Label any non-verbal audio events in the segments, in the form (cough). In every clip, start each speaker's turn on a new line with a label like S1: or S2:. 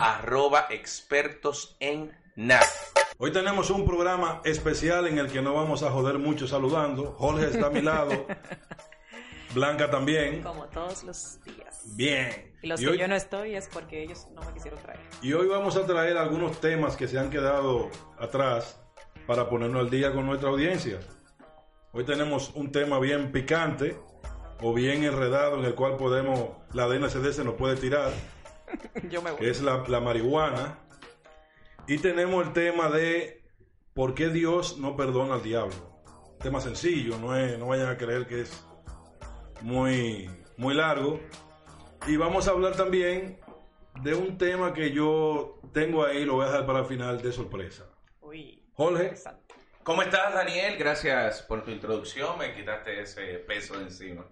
S1: Arroba expertos en nada.
S2: Hoy tenemos un programa especial en el que no vamos a joder mucho saludando. Jorge está a mi
S3: (laughs)
S2: lado. Blanca también.
S3: Como todos los días.
S2: Bien.
S3: Y los
S2: Y
S3: que
S2: hoy-
S3: yo no estoy es porque ellos no me quisieron traer. (laughs)
S2: Y hoy vamos a traer algunos temas que se han quedado atrás para ponernos al día con nuestra audiencia. Hoy tenemos un tema bien picante o bien enredado en el cual podemos, la DNCD se nos puede tirar,
S3: Yo me
S2: que
S3: voy.
S2: es la, la marihuana. Y tenemos el tema de por qué Dios no perdona al diablo. Tema sencillo, no, es- no vayan a creer que es muy, muy largo. Y vamos a hablar también de un tema que yo tengo ahí, lo voy a dejar para el final de sorpresa.
S3: Uy,
S2: Jorge,
S3: interesante.
S1: ¿Cómo estás, Daniel? Gracias por tu introducción. Me quitaste ese peso de encima.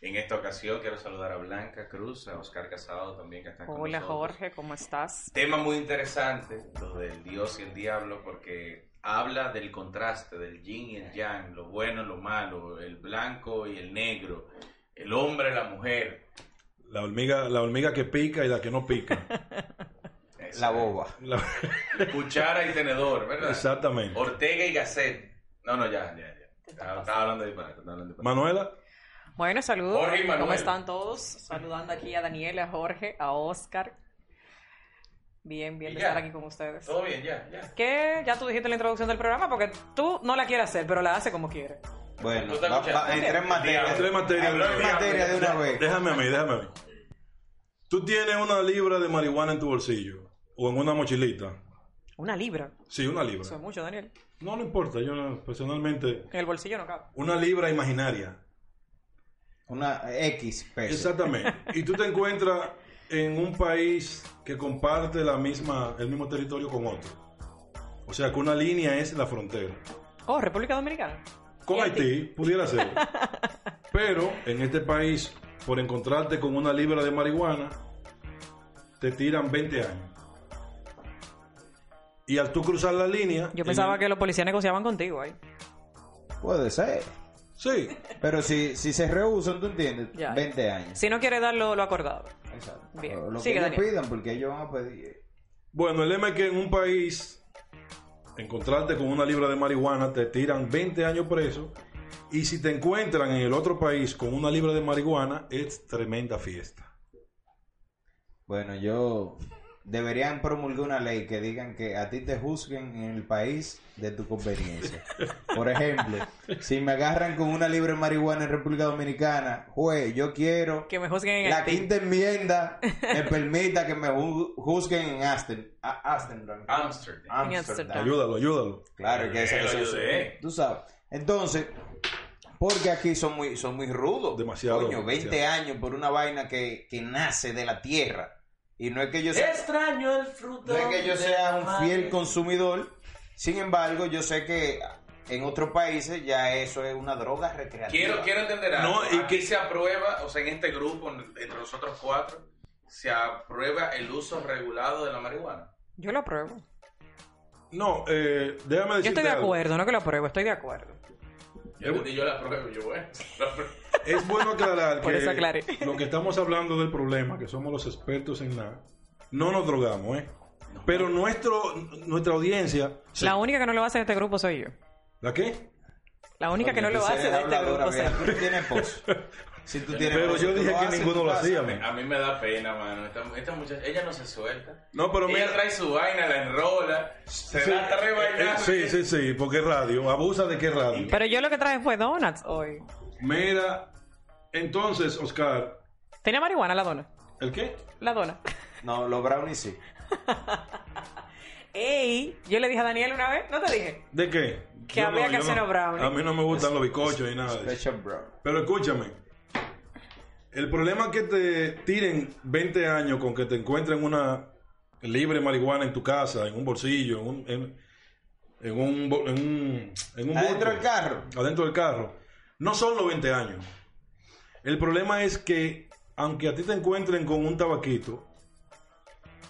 S1: En esta ocasión quiero saludar a Blanca Cruz, a Oscar Casado también que está Ah, con
S3: Hola
S1: nosotros.
S3: Jorge, ¿cómo estás?
S1: Tema muy interesante, lo del Dios y el diablo, porque habla del contraste, del yin y el yang, lo bueno y lo malo, el blanco y el negro, el hombre y la mujer.
S2: la hormiga, la hormiga que pica y la que no pica.
S4: La boba.
S2: La-
S1: Cuchara y tenedor, ¿verdad?
S2: exactamente.
S1: Ortega y Gasset. No, no, ya, ya, ya. Estaba, estaba hablando de disparate, estaba hablando de disparate.
S2: Manuela,
S3: Bueno, saludos.
S1: Jorge y Manuel.
S3: ¿Cómo están todos? Saludando aquí a Daniel, a Jorge, a Oscar. Bien, bien
S1: Y
S3: de
S1: ya.
S3: estar aquí con ustedes.
S1: Todo bien, ya, ya.
S3: Que ya tú dijiste la introducción del programa porque tú no la quieres hacer, pero la hace como quiere.
S4: Bueno,
S1: ¿Tú te
S4: va-
S1: escuchas?
S4: va- entra en materia.
S2: Entra en materia.
S4: Entra en materia de una vez.
S2: déjame a mí, déjame a mí. Tú tienes una libra de marihuana en tu bolsillo o en una mochilita.
S3: Una libra.
S2: Sí, una libra.
S3: Eso es mucho, Daniel.
S2: No, no importa, yo no- personalmente.
S3: En el bolsillo no cabe.
S2: Una libra imaginaria.
S4: Una X peso.
S2: Exactamente. Y tú te encuentras en un país que comparte la misma, el mismo territorio con otro. O sea que una línea es la frontera.
S3: Oh, República Dominicana.
S2: Con
S3: Y Haití.
S2: Haití pudiera
S3: (laughs)
S2: ser. Pero en este país, por encontrarte con una libra de marihuana, te tiran 20 años. Y al tú cruzar la línea.
S3: Yo
S2: en
S3: pensaba
S2: el-
S3: que los policías negociaban contigo ahí.
S4: Puede ser.
S2: Sí,
S4: Pero si, si se rehusan, ¿tú entiendes?
S3: Ya.
S4: 20 años.
S3: Si no quieres dar lo, lo acordado.
S4: Exacto.
S3: Bien.
S4: O Lo que
S3: Sigue,
S4: ellos
S3: Daniel.
S4: pidan, porque ellos van a pedir.
S2: Bueno, el lema es que en un país encontrarte con una libra de marihuana te tiran 20 años preso y si te encuentran en el otro país con una libra de marihuana es tremenda fiesta.
S4: Bueno, yo. Deberían promulgar una ley que digan que a ti te juzguen en el país de tu conveniencia. Por ejemplo, si me agarran con una libre marihuana en República Dominicana, juez, yo quiero
S3: Que me juzguen en
S4: la
S3: Haití.
S4: quinta enmienda me permita que me ju- juzguen en Aston. A- Amsterdam.
S1: Amsterdam.
S3: En Amsterdam.
S2: Ayúdalo, ayúdalo.
S4: Claro que esa
S1: Eh, lo
S4: eso-
S1: ayudé.
S4: Tú sabes. Entonces, porque aquí son muy, son muy rudos.
S2: Demasiado,
S4: Coño, 20
S2: demasiado.
S4: años por una vaina que, que nace de la tierra. Y no es que yo sea,
S1: Extraño el fruto.
S4: no es que yo
S1: de
S4: sea
S1: la
S4: un
S1: madre.
S4: fiel consumidor. Sin embargo, yo sé que en otros países ya eso es una droga recreativa.
S1: Quiero, quiero entender algo.
S2: No, y
S1: Aquí se aprueba, o sea, en este grupo, entre nosotros cuatro, se aprueba el uso regulado de la marihuana.
S3: Yo lo apruebo.
S2: No, eh, déjame
S3: Yo
S2: decirte
S3: estoy de
S2: algo.
S3: acuerdo, no que lo apruebo, estoy de acuerdo.
S1: Yo,
S4: Eh,
S1: y yo la apruebo, yo bueno. (laughs) la apruebo.
S2: Es bueno aclarar
S3: (laughs) Por eso aclaré.
S2: que lo que estamos hablando del problema, que somos los expertos en nada, no nos drogamos, ¿eh? Pero nuestro, nuestra audiencia... sí.
S3: La única que no lo hace de este grupo soy yo.
S2: ¿La qué?
S3: La única que no
S4: Coño,
S3: lo
S4: tú
S3: hace
S4: eres
S3: de este
S4: habladora,
S3: grupo soy
S4: vieja.
S3: yo.
S4: Tú no tienes esposo. Si tú tienes
S2: Pero
S4: esposo,
S2: yo
S4: tú
S2: dije
S4: lo
S2: que
S4: haces,
S2: ninguno
S4: tú
S2: lo
S4: haces.
S2: hacía, man.
S1: A mí me da pena, mano. Esta, esta muchacha, ella no se suelta.
S2: No, pero
S1: ella
S2: mira... eh,
S1: trae su vaina, la enrola, se da hasta rebailando.
S2: Sí, sí, sí, porque es radio. Abusa de qué radio.
S3: Pero yo lo que traje fue donuts hoy.
S2: Mira, entonces, Oscar,
S3: ¿Tenía marihuana la dona?
S2: ¿el qué?
S3: La dona.
S4: No, los brownies sí.
S3: Ey, yo le dije a Daniel una vez, ¿no te dije?
S2: ¿De qué?
S3: Que había que hacer los brownies.
S2: A mí no me gustan los bizcochos y nada. de eso.
S4: Special brown.
S2: Pero escúchame, El problema es que te tiren 20 años con que te encuentren una libre marihuana en tu casa, en un bolsillo, en un. En, en un, bo- en un, en un
S4: Adentro
S2: bulto,
S4: del carro.
S2: Adentro del carro. No son los 20 años. El problema es que, aunque a ti te encuentren con un tabaquito,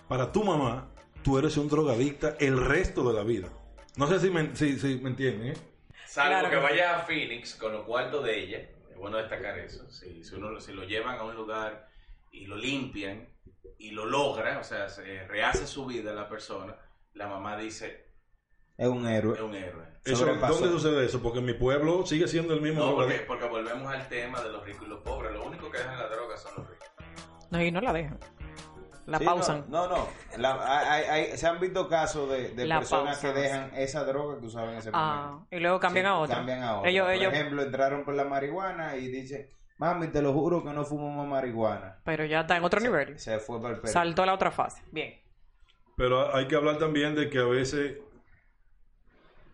S2: para tu mamá, tú eres un drogadicta el resto de la vida. No sé si me, si, si me entienden, ¿eh?
S1: Salvo
S3: Claro.
S1: que vaya a Phoenix con los cuartos de ella, es bueno destacar eso. Si, si uno lo- si lo llevan a un lugar y lo limpian y lo logra, o sea, se rehace su vida la persona, la mamá dice,
S4: Es un
S1: es
S4: héroe.
S1: un héroe.
S2: Eso,
S4: Sobrepasó.
S2: ¿Dónde sucede eso? Porque en mi pueblo sigue siendo el mismo
S1: No, porque,
S2: drogadicto.
S1: porque volvemos al tema de los ricos y los pobres. Lo único que dejan la droga son los ricos.
S3: No, y no la dejan. La
S4: Sí,
S3: pausan.
S4: No, no. no. La- hay- hay- se han visto casos de, de
S3: La
S4: personas
S3: pausan,
S4: que dejan esa droga que usaban en ese
S3: Ah,
S4: momento.
S3: y luego cambian
S4: Sí,
S3: a otra.
S4: Cambian a otra.
S3: Ellos,
S4: por
S3: ellos,
S4: ejemplo, entraron por la marihuana y dicen, mami, te lo juro que no fumo más marihuana.
S3: pero ya está en otro nivel.
S4: Se fue para el perro.
S3: Saltó a la otra fase. Bien.
S2: Pero hay que hablar también de que a veces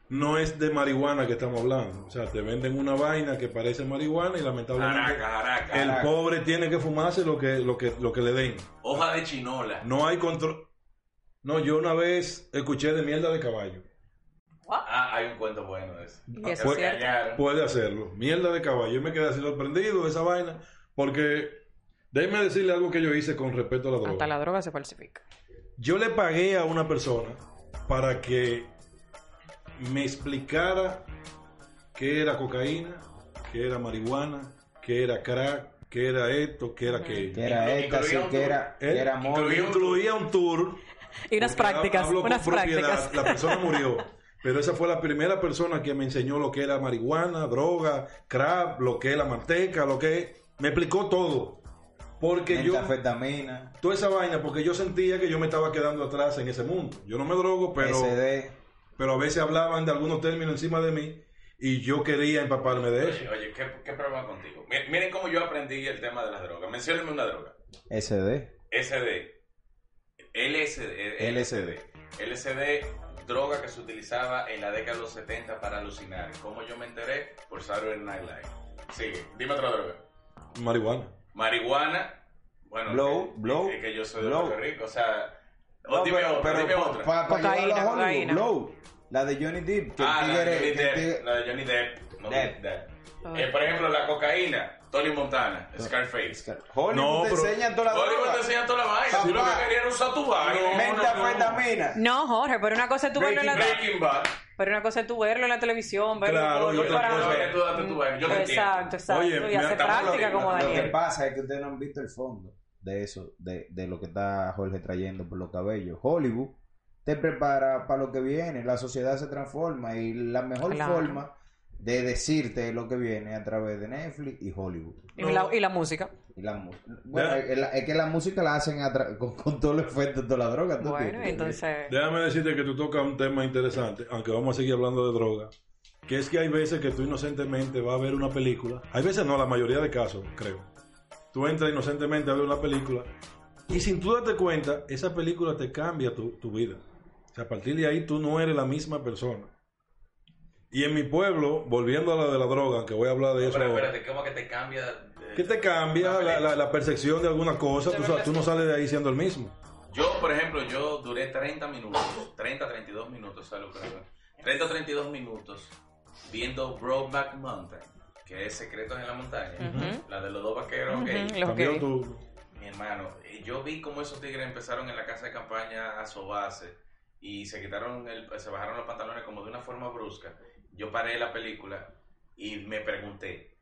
S2: no es de marihuana que estamos hablando. O sea, te venden una vaina que parece marihuana y lamentablemente
S1: Jaraca, jaraca.
S2: el pobre tiene que fumarse lo que, lo que, lo que le den.
S1: Hoja de chinola.
S2: No hay control. No, yo una vez escuché de mierda de caballo.
S1: Ah, hay un cuento bueno de eso.
S3: Y
S1: Que
S3: eso
S1: lo
S3: es cierto.
S1: callaron.
S2: Puede hacerlo. Mierda de caballo. Yo me quedé así sorprendido de esa vaina. Porque déjeme decirle algo que yo hice con respecto a la droga.
S3: Hasta la droga se falsifica.
S2: Yo le pagué a una persona para que me explicara qué era cocaína, qué era marihuana, qué era crack, qué era esto, qué era
S4: Que
S2: aquello.
S4: era
S1: Incluía
S4: éxtasis,
S1: un-
S4: que era,
S2: Él
S4: que era amor.
S1: incluía un-
S2: Incluía un tour.
S3: Y unas
S2: porque
S3: prácticas.
S2: hablo con
S3: Unas
S2: propiedad.
S3: prácticas.
S2: La persona murió. Pero esa fue la primera persona que me enseñó lo que era marihuana, droga, crack, lo que es la manteca, lo que es- Me explicó todo. Porque yo...
S4: Metanfetamina,
S2: Toda esa vaina, porque yo sentía que yo me estaba quedando atrás en ese mundo. Yo no me drogo, pero...
S4: SD.
S2: pero a veces hablaban de algunos términos encima de mí y yo quería empaparme de eso.
S1: Oye, oye, ¿qué, qué problema contigo? Mi- Miren cómo yo aprendí el tema de las drogas. Menciónenme una droga.
S4: SD.
S1: SD. LSD.
S4: LSD.
S1: LSD, droga que se utilizaba en la década de los 70 para alucinar. ¿Cómo yo me enteré? Por Saturday Night Live. Sigue, dime otra droga.
S2: Marihuana.
S1: Marihuana. Bueno,
S4: Blow,
S1: que-
S4: blow,
S1: Es que yo soy de
S4: blow.
S1: Puerto Rico, o sea. o dime otra, dime otra.
S4: Para
S3: Cocaína, cocaína.
S4: La de Johnny Depp. Que
S1: ah,
S4: el
S1: la de Johnny
S4: tigre- que el
S1: Depp.
S4: tigre-
S1: La de Johnny Depp. no,
S4: Depp.
S1: Depp.
S3: Ay.
S1: Eh, por ejemplo, la cocaína, Tony Montana, Scarface.
S4: Hollywood
S2: No,
S4: te
S2: pero-
S4: enseña toda la
S1: Hollywood
S4: droga.
S1: te enseña toda la vaina. Tú lo
S4: Papá.
S1: que querías era usar tu vaina.
S4: Metanfetamina.
S3: No, Jorge, pero una cosa es tú verlo en la
S1: Breaking Bad.
S3: Pero una cosa es tú verlo en la televisión, verlo
S2: Claro,
S3: todo,
S2: y otra
S3: para-
S2: cosa-
S1: Tú date tu baño, yo lo entiendo.
S3: Exacto, exacto.
S2: Oye,
S3: y
S2: mira,
S3: hacer
S1: estamos
S3: práctica
S1: hablando-
S3: como
S4: Lo que
S3: Daniel.
S4: pasa es que ustedes no han visto el fondo de eso, de, de lo que está Jorge trayendo por los cabellos. Hollywood te prepara para lo que viene, la sociedad se transforma y la mejor
S3: Claro.
S4: forma de decirte lo que viene a través de Netflix y Hollywood.
S3: Y, la, y la música.
S4: Y la mu- bueno,
S2: Ya.
S4: es, la- es que la música la hacen a tra- (laughs) con, con todo el efecto de toda la droga. ¿tú
S3: Bueno,
S4: entiendes?
S3: entonces.
S2: Déjame decirte que tú tocas un tema interesante, aunque vamos a seguir hablando de droga, que es que hay veces que tú inocentemente vas a ver una película, hay veces no, la mayoría de casos, creo. Tú entras inocentemente a ver una película y sin tú darte cuenta, esa película te cambia tu, tu vida. O sea, a partir de ahí tú no eres la misma persona. Y en mi pueblo, volviendo a la de la droga, que voy a hablar de eso
S1: Pero
S2: ahora.
S1: espérate, ¿cómo que te cambia? eh,
S2: ¿Qué te cambia la, la- la percepción de alguna cosa? Tú, sa- tú no sales de ahí siendo el mismo.
S1: Yo, por ejemplo, yo duré 30 minutos, 30, 32 minutos, salud, corazón. 30, 32 minutos viendo Broadback Mountain, que es Secretos en la Montaña,
S3: Ujú.
S1: la de los dos vaqueros
S3: Ujú,
S1: gays.
S3: Los
S2: Cambió
S3: gays.
S2: tu-
S1: Mi hermano, eh, yo vi cómo esos tigres empezaron en la casa de campaña a sobarse y se quitaron, el, se bajaron los pantalones como de una forma brusca. Yo paré la película y me pregunté,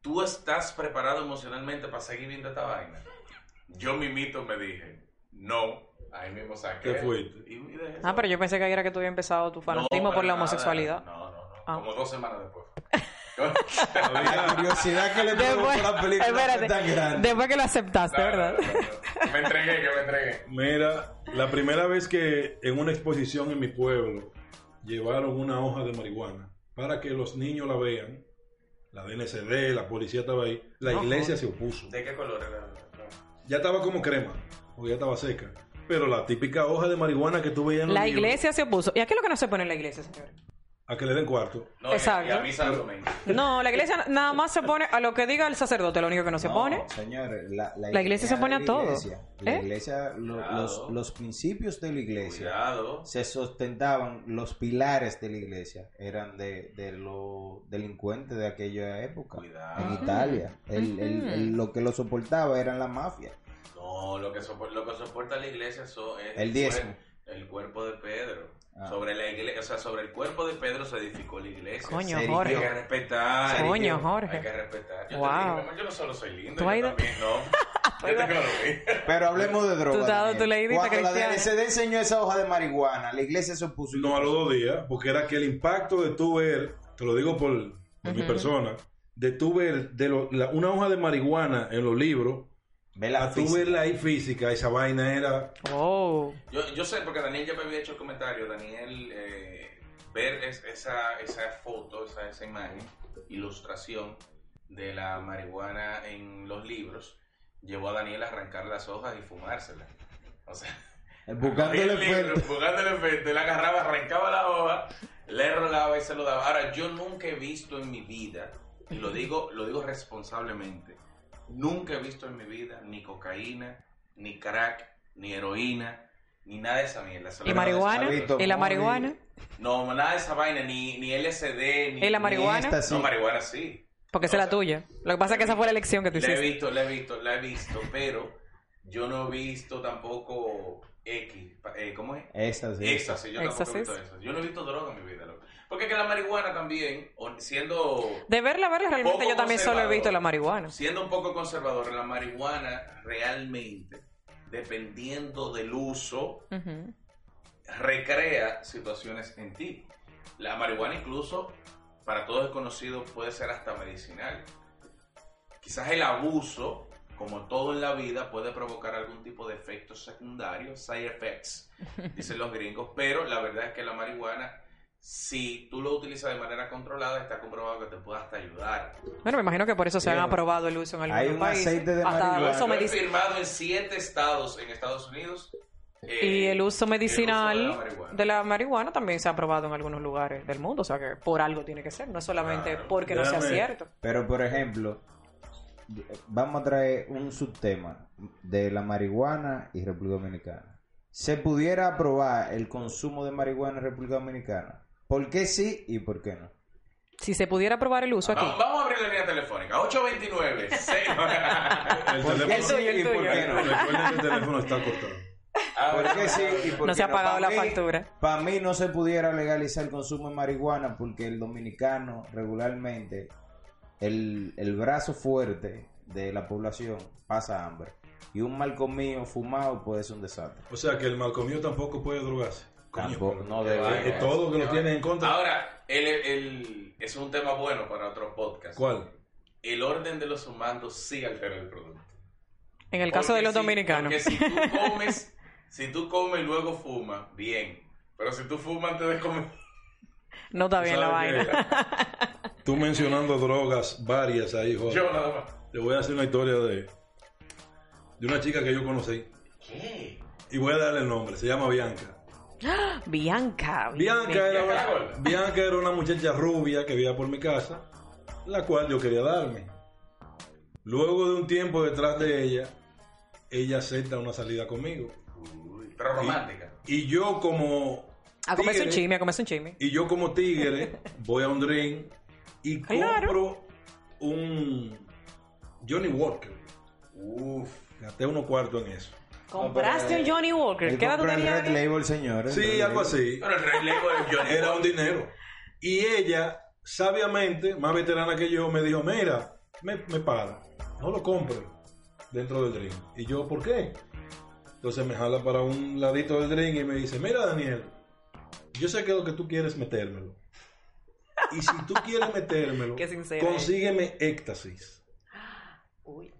S1: ¿tú estás preparado emocionalmente para seguir viendo esta vaina? Yo mimito me dije, no, ahí mismo saqué.
S2: ¿Qué fuiste?
S1: Y me dejé
S3: Ah, pero yo pensé que ahí era que tú habías empezado tu
S1: No,
S3: fanatismo
S1: para
S3: por la
S1: nada.
S3: homosexualidad.
S1: No, no, no,
S3: Ah.
S1: como dos semanas después.
S4: La curiosidad que le tengo por la película
S3: espérate,
S4: fue tan grande.
S3: después que lo aceptaste, ¿verdad?
S1: (laughs) Me entregué, yo me entregué.
S2: Mira, la primera vez que en una exposición en mi pueblo llevaron una hoja de marihuana para que los niños la vean, la DNCD, la policía estaba ahí, la
S3: No,
S2: iglesia se opuso.
S1: ¿De qué color era? la- la-
S2: Ya estaba como crema, porque ya estaba seca. Pero la típica hoja de marihuana que tú veías en los
S3: La
S2: libros,
S3: iglesia se opuso. ¿Y aquí lo que no se pone en la iglesia, señor?
S2: a que le den cuarto.
S1: No, y-
S3: Exacto.
S1: Y a misa lo domingo.
S3: No, la iglesia nada más se pone a lo que diga el sacerdote, lo único que no se
S4: No,
S3: pone.
S4: Señores, la,
S3: La iglesia se
S4: idea
S3: pone
S4: de
S3: a todo.
S4: La iglesia, la
S3: ¿Eh?
S4: iglesia, lo- los,
S1: Cuidado.
S4: los principios de la iglesia
S1: Cuidado.
S4: se sustentaban, los pilares de la iglesia eran de, de los delincuentes de aquella época.
S1: Cuidado.
S4: En Italia, el, el- el- lo que lo soportaba eran las mafias.
S1: No, lo que, sopo- lo que soporta la iglesia so- es
S4: El diezmo.
S1: cuer- el cuerpo de Pedro.
S4: Ah.
S1: Sobre la iglesia, o sea, sobre el cuerpo de Pedro se edificó la iglesia.
S3: Coño,
S4: serio.
S1: Hay que
S3: Jorge.
S1: respetar.
S3: Coño,
S1: Hay que-
S3: Jorge.
S1: Hay que respetar. Yo, te
S3: Wow.
S1: dije, mi amor, yo no solo soy lindo,
S3: ¿Tú has
S1: yo
S3: ido?
S1: también,
S3: (laughs)
S1: no. yo tengo lo mismo.
S4: Pero hablemos de drogas.
S3: Tú dado tu
S4: Daniel.
S3: leidita
S4: Cuando la
S3: cristiana.
S4: DNCD enseñó esa hoja de marihuana, la iglesia se opuso.
S2: No a los dos días, porque era que el impacto de tu ver, te lo digo por, por mi persona, de tu ver de lo- la- una hoja de marihuana en los libros,
S4: Ve la
S2: a tu
S4: física.
S2: verla ahí física, esa vaina era...
S3: Oh,
S1: Yo, yo sé, porque Daniel ya me había hecho el comentario. Daniel, eh, ver es- esa, esa foto, esa, esa imagen, ilustración de la marihuana en los libros, llevó a Daniel a arrancar las hojas y fumársela. O sea,
S4: Buscándole
S1: el libro,
S4: fuerte.
S1: buscándole fuerte, la agarraba, arrancaba la hoja, le rolaba y se lo daba. Ahora, yo nunca he visto en mi vida, y lo digo, lo digo responsablemente, nunca he visto en mi vida ni cocaína, ni crack, ni heroína, ni nada de esa mierda. Se lo
S3: ¿Y
S1: digo
S3: marihuana?
S1: responsable.
S3: ¿Y la marihuana?
S1: No, nada de esa vaina, ni, ni LSD, ni...
S3: ¿Y la marihuana?
S4: Esta sí.
S1: No, marihuana sí.
S3: Porque esa es la tuya. Lo que pasa es que esa fue la elección que tú
S1: La he
S3: hiciste.
S1: visto, la he visto, la he visto, pero yo no he visto tampoco X, pa- eh, ¿cómo es?
S4: Esta sí.
S1: Éxtasis, yo tampoco he
S3: Éxtasis.
S1: visto eso. Yo no he visto droga en mi vida, loco. Porque es que la marihuana también, o- siendo,
S3: De verla, verla, realmente
S1: Poco
S3: yo también solo he
S1: conservador.
S3: visto la marihuana.
S1: siendo un poco conservador, la marihuana realmente, dependiendo del uso,
S3: Ujú.
S1: recrea situaciones en ti. La marihuana incluso, para todos es conocido, puede ser hasta medicinal. Quizás el abuso, como todo en la vida, puede provocar algún tipo de efectos secundarios, side effects,
S3: (laughs)
S1: dicen los gringos, pero la verdad es que la marihuana, si tú lo utilizas de manera controlada, está comprobado que te puede hasta ayudar.
S3: Bueno, me imagino que por eso se han
S4: Bien.
S3: aprobado el uso en
S4: Hay
S3: algunos
S4: un
S3: países.
S4: aceite de
S3: Hasta
S4: marihuana.
S3: uso
S1: Lo he
S3: medici-
S1: firmado en siete estados en Estados Unidos. eh,
S3: Y el uso medicinal
S1: de
S3: de
S1: la
S3: la,
S1: marihuana.
S3: marihuana. también se ha aprobado en algunos lugares del mundo, o sea que por algo tiene que ser, no es solamente
S1: Claro.
S3: porque no sea
S2: Déjame-
S3: cierto.
S4: Pero, por ejemplo, vamos a traer un subtema de la marihuana y República Dominicana. ¿Se pudiera aprobar el consumo de marihuana en República Dominicana? ¿Por qué sí y por qué no?
S3: Si se pudiera aprobar el uso aquí.
S1: Vamos, vamos a abrir la línea telefónica. 829. seis-
S2: El
S4: ¿Por qué sí
S2: teléfono,
S4: y por qué no?
S2: recuerden que el teléfono está cortado.
S4: ¿Por qué sí y por
S3: No
S4: qué
S3: se ha pagado
S4: Pa'
S3: la factura.
S4: Para mí no se pudiera legalizar el consumo de marihuana porque el dominicano regularmente, el, el brazo fuerte de la población pasa hambre. Y un mal comido fumado puede ser un desastre.
S2: O sea que el malcomido tampoco puede drogarse. Coño,
S4: Tampoco,
S2: pero-
S4: no debe.
S2: Es todo que lo tienen en contra.
S1: Ahora, el, el- es un tema bueno para otro podcast.
S2: ¿Cuál?
S1: El orden de los humanos sí altera el producto.
S3: En el caso de los dominicanos.
S1: Porque si tú comes, si tú comes y luego fumas, bien. Pero si tú fumas antes de comer,
S3: No está bien la
S2: ¿Sabes
S3: vaina.
S2: qué? Tú mencionando drogas varias ahí, Jorge.
S1: yo nada más.
S2: Le voy a hacer una historia de, de una chica que yo conocí.
S1: ¿Qué?
S2: Y voy a darle el nombre, se llama Bianca.
S3: Bianca.
S2: Bianca era,
S1: Bianca la
S2: una,
S1: gorda.
S2: Bianca era una muchacha rubia que vivía por mi casa, la cual yo quería darme. Luego de un tiempo detrás de ella, ella acepta una salida conmigo.
S1: Uy, pero romántica.
S2: Y yo como...
S3: A comerse Ah, un
S2: tigre-
S3: chisme, a comerse un chisme.
S2: Y yo como tigre voy a un drink y
S3: Claro.
S2: compro un Johnny Walker.
S1: Uf.
S2: Gasté unos cuartos en eso.
S3: Compraste un Johnny Walker.
S4: Él
S3: ¿Qué edad tú
S4: compró el
S3: tenías?
S4: Red
S3: Daniel?
S4: Label, señores.
S2: Sí, algo así.
S1: Pero el rey Lego es Johnny.
S2: Era un dinero. Y ella, sabiamente, más veterana que yo, me dijo, mira, me, me para, no lo compre dentro del drink. Y yo, ¿por qué? Entonces me jala para un ladito del drink y me dice, mira Daniel, yo sé que lo que tú quieres es metérmelo. Y si tú quieres metérmelo,
S3: (laughs) Qué sincera es.
S2: consígueme éxtasis.
S3: Uy.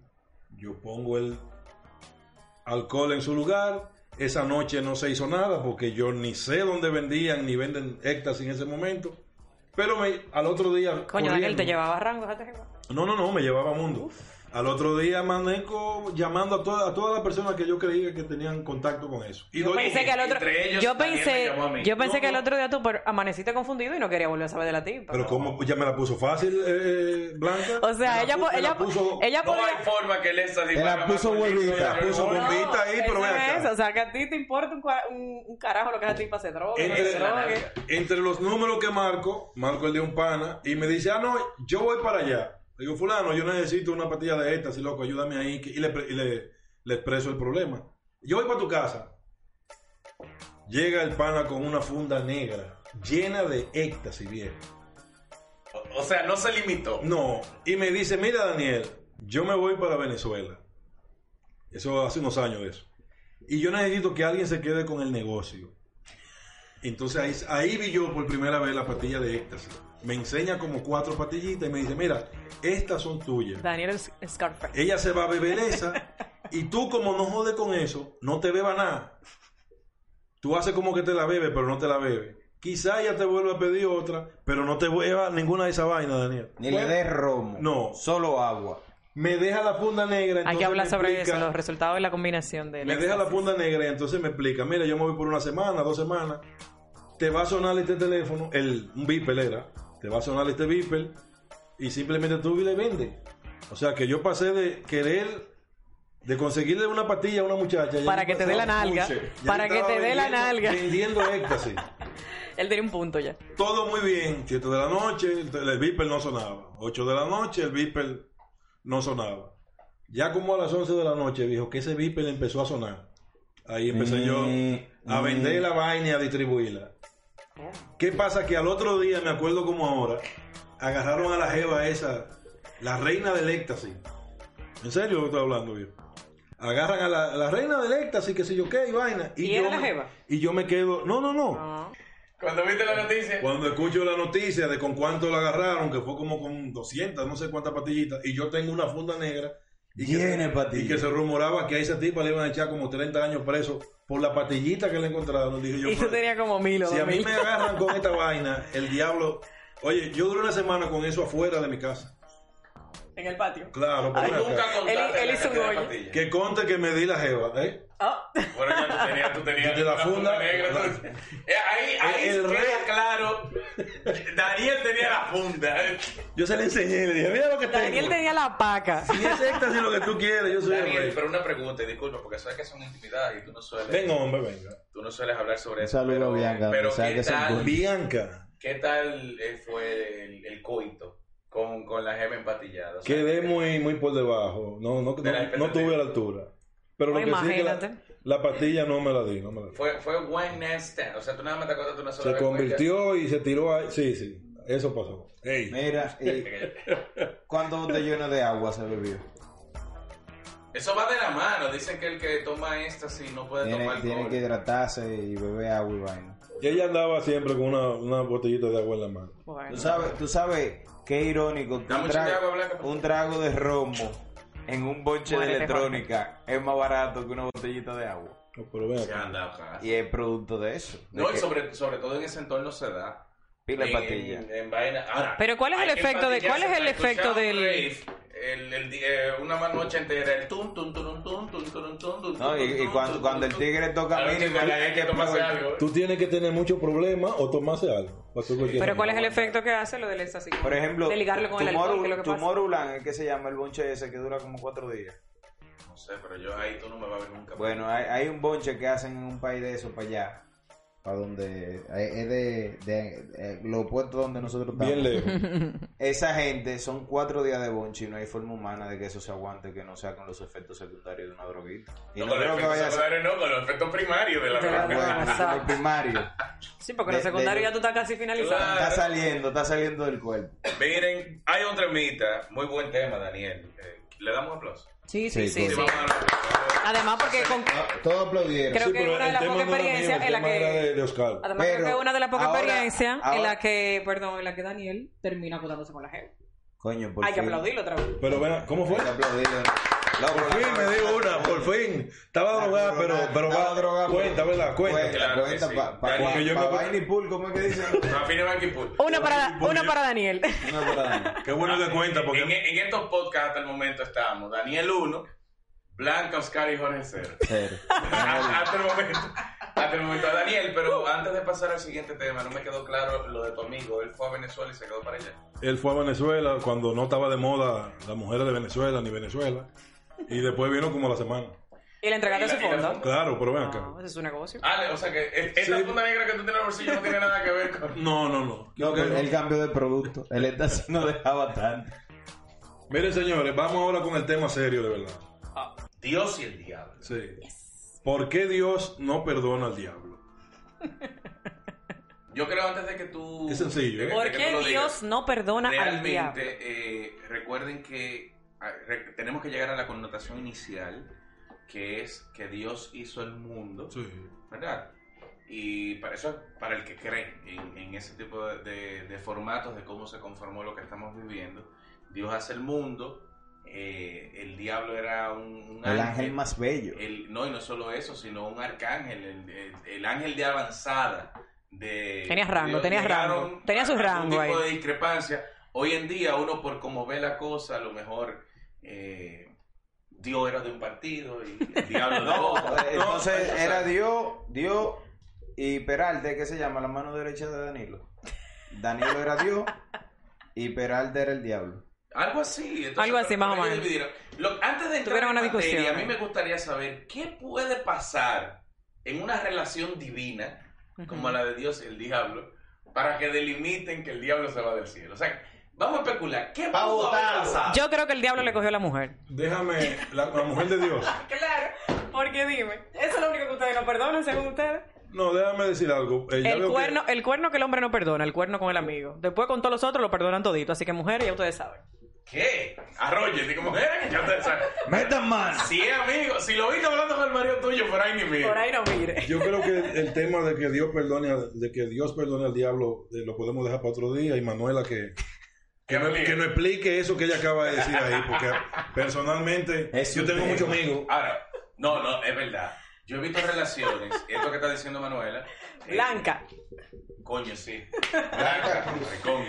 S2: Yo pongo el alcohol en su lugar. Esa noche no se hizo nada porque yo ni sé dónde vendían ni venden éxtasis en ese momento. Pero me- al otro día.
S3: Coño, Daniel,
S2: corriendo-
S3: te llevaba rango. déjate que-
S2: No, no, no, me llevaba a mundo. Al otro día amanezco llamando a, toda- a todas las personas que yo creía que tenían contacto con eso. Y
S3: Yo
S2: doy-
S3: pensé que el otro,
S1: entre ellos
S3: yo
S1: Daniel me
S3: pensé,
S1: llamó a mí.
S3: yo pensé
S2: No,
S3: que el
S2: no.
S3: otro día tú pero amaneciste confundido y no quería volver a saber de la tipa.
S2: Pero como ya me la puso fácil, eh, Blanca.
S3: O sea,
S2: Me la
S3: ella,
S2: pu-
S3: po-
S2: me la
S3: ella, po-
S2: puso-
S3: ella
S1: No
S3: podía-
S1: hay forma que le esa
S4: la puso huevita,
S2: puso
S3: No,
S1: eh,
S2: bombita ahí, pero
S3: eso
S2: ven acá.
S3: es, o sea, que a ti te importa un, cua- un- un carajo lo que esa tipa se drogue, no
S1: eh,
S3: eh.
S2: Entre-
S3: se drogue.
S2: Entre los números que marco, marco el de un pana y me dice, ah, no, yo voy para allá. Le digo, fulano, yo necesito una patilla de estas, y loco, ayúdame ahí. que- Y le, pre- y le- le expreso el problema. Yo voy para tu casa. Llega el pana con una funda negra, llena de éxtasis, viejo.
S1: O sea, no se limitó.
S2: No, y me dice, mira Daniel, yo me voy para Venezuela. Eso hace unos años de eso. Y yo necesito que alguien se quede con el negocio. Entonces ahí, ahí vi yo por primera vez la patilla de éxtasis. Me enseña como cuatro patillitas y me dice, mira, estas son tuyas.
S3: Daniel es- Scarface.
S2: Ella se va a beber esa y tú como no jode con eso, no te beba nada. Tú haces como que te la bebes, pero no te la bebes. Quizá ella te vuelva a pedir otra, pero no te beba ninguna de esa vaina, Daniel.
S4: Ni le des romo.
S2: No.
S4: Solo agua.
S2: me deja la funda negra.
S3: Hay que
S2: entonces
S3: hablar
S2: me
S3: sobre
S2: explica-
S3: eso, los resultados y la combinación de
S2: Me deja la funda negra y entonces me explica, mira, yo me voy por una semana, dos semanas, te va a sonar este teléfono, el, un Beeple era, te va a sonar este Beeple y simplemente tú le vende. O sea que yo pasé de querer, de conseguirle una pastilla a una muchacha. ya
S3: Para
S2: yo
S3: que te dé
S2: estaba
S3: la
S2: un
S3: nalga,
S2: pulse, ya
S3: para
S2: yo
S3: que
S2: estaba
S3: te dé la
S2: vendiendo-
S3: nalga.
S2: Vendiendo éxtasis.
S3: Él tiene un punto ya.
S2: Todo muy bien, 7 de la noche, el, te- el Beeple no sonaba. 8 de la noche, el Beeple no sonaba. Ya como a las 11 de la noche, viejo, que ese Beeple empezó a sonar. Ahí empecé
S4: Mm,
S2: yo a
S4: mm.
S2: vender la vaina y a distribuirla. ¿Qué pasa? Que al otro día, me acuerdo como ahora, agarraron a la jeva esa, la reina del éxtasis. ¿En serio lo que estoy hablando, viejo? Agarran a la, a la reina del éxtasis, que sé yo qué, y vaina.
S3: ¿Y
S2: yo
S3: era la
S2: me-
S3: jeva? Ah.
S2: Y yo me quedo, no, no, no.
S1: Cuando viste la noticia,
S2: Cuando escucho la noticia de con cuánto la agarraron, que fue como con 200, no sé cuántas patillitas, y yo tengo una funda negra. Y que,
S4: Tiene
S2: se,
S4: patillas.
S2: y que se rumoraba que a esa tipa le iban a echar como 30 años preso por la patillita que le encontraron. Dije yo,
S3: Y tú
S2: "Pero,
S3: tenías como mil o
S2: si
S3: dos
S2: a mí
S3: mil.
S2: me agarran con esta vaina, el diablo. Oye, yo duré una semana con eso afuera de mi casa.
S3: En el patio.
S2: Claro, pero
S1: tú
S2: ven acá.
S1: nunca contaste
S3: Él- él
S1: la
S3: hizo un
S1: cantidad de
S3: hoyo.
S1: pastillas.
S2: que conte que me di la jeva, ¿eh?
S3: Ah.
S1: Bueno, ya tú tenías, tú tenías
S2: De la
S1: una
S2: funda.
S1: entonces. Eh, ahí ahí
S2: El- el
S1: queda
S2: rey.
S1: claro. Daniel tenía la funda.
S2: Yo se la enseñé y le dije, mira lo que tengo.
S3: Daniel tenía la paca.
S2: Si es éxtasis lo que tú quieres, yo soy el
S1: Daniel,
S2: rey.
S1: pero una pregunta, y disculpa, porque sabes que son intimidades y tú no sueles,
S2: Venga, hombre, venga.
S1: tú no sueles hablar sobre
S4: Un
S1: eso.
S4: saludo
S1: pero,
S4: a Bianca,
S1: pero
S4: que sabe
S1: ¿qué,
S4: que son
S1: tal,
S4: buenas.
S2: Bianca.
S1: ¿qué tal eh, fue el, el coito con, con la gema empatillada? O sea,
S2: Quedé muy, muy por debajo. No, no,
S1: De la
S2: no, no tuve la altura. Pero lo
S3: No,
S2: que sí es que la,
S3: imagínate.
S2: la pastilla no me la di, no me la di.
S1: Fue, fue one night stand. O sea, tú nada más te acuerdas de una sola
S2: Se
S1: vez.
S2: convirtió y se tiró ahí. Sí, sí. Eso pasó. Ey.
S4: Mira, y ¿cuántos botellones de agua
S1: (laughs)
S4: se bebió?
S1: Eso va de la mano. Dicen que el que toma éxtasis no puede
S4: Tiene,
S1: tomar
S4: tiene
S1: alcohol.
S4: que hidratarse y beber agua y vaina.
S2: Y ella andaba siempre con una, una botellita de agua en la mano.
S4: Tú
S3: Bueno.
S4: sabes, tú sabes qué irónico que
S1: Da
S4: un
S1: mucho de agua
S4: trago,
S1: blanca, por
S4: un trago de romo en un bonche de
S3: Muérete,
S4: electrónica es más barato que una botellita de agua.
S2: No, pero ven
S1: Se
S2: acá.
S1: anda, ojalá.
S4: Y es producto de eso. de
S1: No,
S4: que
S1: y sobre, sobre todo en ese entorno se da.
S4: pila de
S1: en,
S4: patilla.
S1: en- en vaina. Ahora,
S3: Pero ¿cuál es el
S1: hay que
S3: efecto de- cuál es el
S1: empatillarse,
S3: efecto
S1: escuchar un
S3: del-
S1: rave, el- el di- eh, una mano noche entera, el tum, tum, tum, tum, tum, tum, tum, tum,
S4: No, y,
S1: tum,
S4: y
S1: tum,
S4: cuando,
S1: tum,
S4: cuando el
S1: tum,
S4: tigre
S1: tum.
S4: toca
S1: A ver,
S4: mínimo,
S1: que
S4: le
S1: hay
S4: hay
S1: que tomarse algo.
S2: Tú tienes que tener muchos problemas o tomarse algo. para tú cualquier
S3: Pero ¿cuál es el
S2: cosa.
S3: efecto que hace lo del éxtasis?
S4: Por ejemplo,
S3: de ligarlo con el alcohol, que es lo que pasa.
S4: Tomorrowland, es que se llama el bonche ese que dura como cuatro días.
S1: No sé, pero yo ahí tú no me vas a ver nunca.
S4: Bueno, hay, hay un bonche que hacen en un país de eso para allá. Para donde. eh, Es de, de- eh, lo opuesto donde nosotros
S2: Bien
S4: estamos.
S3: (laughs)
S2: lejos.
S4: Esa gente son cuatro días de bonche y no hay forma humana de que eso se aguante, que no sea con los efectos secundarios de una droguita. Y
S1: no,
S4: no,
S1: con los
S4: creo que
S1: efectos
S4: vaya a ser.
S1: secundarios no, con los efectos primarios de la
S3: De la
S4: Ah,
S1: droga.
S4: bueno,
S3: Exacto.
S4: con el primario.
S3: Sí, porque
S4: de-
S3: lo secundario
S4: de-
S3: ya tú estás casi finalizado.
S1: Claro.
S4: Está saliendo, está saliendo del cuerpo.
S1: (laughs) Miren, hay un temita, muy buen tema, Daniel. Eh, Le damos aplauso.
S3: Sí, sí,
S4: Sí,
S3: sí, sí.
S1: vamos a darle-
S3: Además, porque con...
S4: Todos aplaudieron.
S3: Creo que es una de las
S2: tema
S3: pocas
S2: no era mío,
S3: experiencias
S2: el
S3: en la
S2: tema
S3: que-
S2: era de, de Oscar.
S3: Además, creo
S4: Pero
S3: que es una de las pocas
S4: ahora-
S3: experiencias
S4: ahora-
S3: en la que, perdón, en la que Daniel termina acotándose con la gente.
S4: Coño, por
S3: Hay que
S4: fin.
S3: aplaudirlo otra vez.
S2: Pero ven, ¿cómo fue?
S4: Hay que aplaudirlo. Loco,
S2: Por fin me dio una, por fin. Estaba drogada, pero, pero
S4: Estaba
S2: va.
S4: drogada, pero-
S2: cuenta, ¿verdad? Cuenta.
S4: Cuenta,
S1: Claro que
S4: cuenta
S1: sí.
S4: pa- pa-
S1: Daniel,
S4: pa-
S2: yo me
S4: pa-
S2: voy-
S4: vaina y pool, ¿cómo es que (laughs) dicen?
S1: Rafinha Van Kimpul.
S3: Una para,
S2: Voy
S3: una
S2: yo.
S3: para Daniel. (laughs)
S4: Una por ahí.
S2: Qué bueno que cuenta,
S1: En,
S2: porque
S1: en estos podcasts hasta el momento estábamos Daniel 1, Blanca, Oscar y Jorge 0.
S4: Cero.
S1: (laughs) hasta el momento. Hasta el momento. Daniel, pero antes de pasar al siguiente tema, no me quedó claro lo de tu amigo. Él fue a Venezuela y se quedó para allá.
S2: él fue a Venezuela cuando no estaba de moda las mujeres de Venezuela ni Venezuela. Y después vino como a la semana.
S3: Y le entregaste su
S1: Y la- y la
S3: fondo.
S1: funda.
S2: Claro, pero ven acá.
S3: No, ese es su negocio.
S1: Ale, Ah, o sea que es- esta
S2: Sí.
S1: funda negra que tú tienes en el bolsillo no tiene nada que ver con.
S2: No, no, no.
S4: No, pero él cambió de producto. Él está haciendo de avatar.
S2: Miren, señores, vamos ahora con el tema serio de verdad.
S1: Ah. Dios y el diablo.
S2: Sí. ¿Por qué Dios no perdona al diablo?
S1: Yo creo antes de que tú.
S2: Es sencillo, ¿eh?
S1: de- de
S3: ¿Por
S1: que tú
S3: qué
S1: lo digas,
S3: Dios no perdona al diablo?
S1: Realmente, eh, recuerden que ah, re- tenemos que llegar a la connotación inicial, que es que Dios hizo el mundo,
S2: Sí.
S1: ¿verdad? Y para eso, para el que cree en, en ese tipo de, de- de formatos, de cómo se conformó lo que estamos viviendo, Dios hace el mundo, eh, el diablo era un, un
S4: El ángel más bello.
S1: el- no, y no solo eso, sino un arcángel, el, el- el ángel de avanzada. De,
S3: Tenías rango,
S1: de-
S3: tenías
S1: llegaron
S3: rango. Tenía su
S1: a- a
S3: rango
S1: algún tipo
S3: ahí.
S1: de discrepancia. Hoy en día, uno por cómo ve la cosa, a lo mejor eh, Dios era de un partido y el
S4: (laughs)
S1: diablo de otro.
S4: Entonces
S1: No,
S4: era Dios, Dios y Peralta, ¿qué se llama? La mano derecha de Danilo. Danilo era Dios y Peralta era el diablo.
S1: Algo así. entonces,
S3: Algo así,
S1: pero-
S3: más
S1: pero
S3: o
S1: ellos
S3: menos.
S1: dividieron. Lo- antes de entrar
S3: Tuvieron
S1: en
S3: una
S1: materia,
S3: discusión.
S1: a mí me gustaría saber qué puede pasar en una relación divina como la de Dios y el diablo, para que delimiten que el diablo se va del cielo. O sea, vamos a especular. ¿Qué
S4: Pa'
S1: pudo haber
S4: botarla.
S1: pasado?
S3: Yo creo que el diablo le cogió a la mujer.
S2: Déjame, la, la mujer de Dios.
S3: Claro, porque dime, eso es lo único que ustedes no perdonan, según ustedes.
S2: No, déjame decir algo. Eh, ya
S3: El
S2: veo que-
S3: cuerno, el cuerno que el hombre no perdona, el cuerno con el amigo. Después con todos los otros lo perdonan todito, así que mujeres ya ustedes saben.
S1: ¿Qué? Arroyo, digo, (laughs) mujer, que ya te sabe.
S4: ¡Metan man!
S1: Si es amigo, si lo viste hablando con el marido tuyo, por ahí ni mira.
S3: Por ahí no mire.
S2: Yo creo que el tema de que Dios perdone, al- de que Dios perdone al diablo eh, lo podemos dejar para otro día y Manuela que que no, que no explique eso que ella acaba de decir ahí, porque personalmente
S4: Es
S2: yo
S4: un
S2: tengo
S4: tema.
S2: muchos amigos.
S1: Ahora, no, no, es verdad. Yo he visto relaciones, esto que está diciendo Manuela. eh,
S3: Blanca.
S1: Coño, sí. Blanca, coño.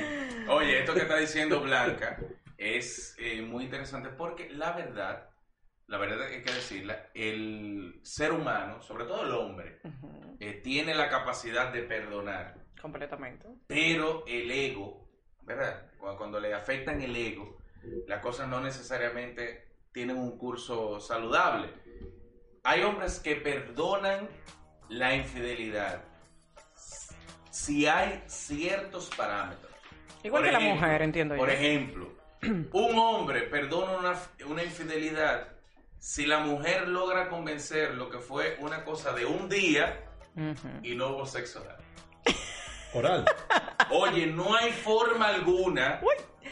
S1: Oye, esto que está diciendo Blanca es eh, muy interesante porque la verdad, la verdad hay que decirla, el ser humano, sobre todo el hombre,
S3: Ujú,
S1: eh, tiene la capacidad de perdonar,
S3: Completamente.
S1: pero el ego, ¿verdad? Cuando, cuando le afectan el ego, las cosas no necesariamente tienen un curso saludable. Hay hombres que perdonan la infidelidad si hay ciertos parámetros.
S3: Igual
S1: Por
S3: que la
S1: ejemplo,
S3: mujer, entiendo yo.
S1: Por ejemplo, un hombre perdona una, una infidelidad si la mujer logra convencer lo que fue una cosa de un día
S3: Ujú.
S1: y no hubo sexo oral.
S2: Oral.
S1: Oye, no hay forma alguna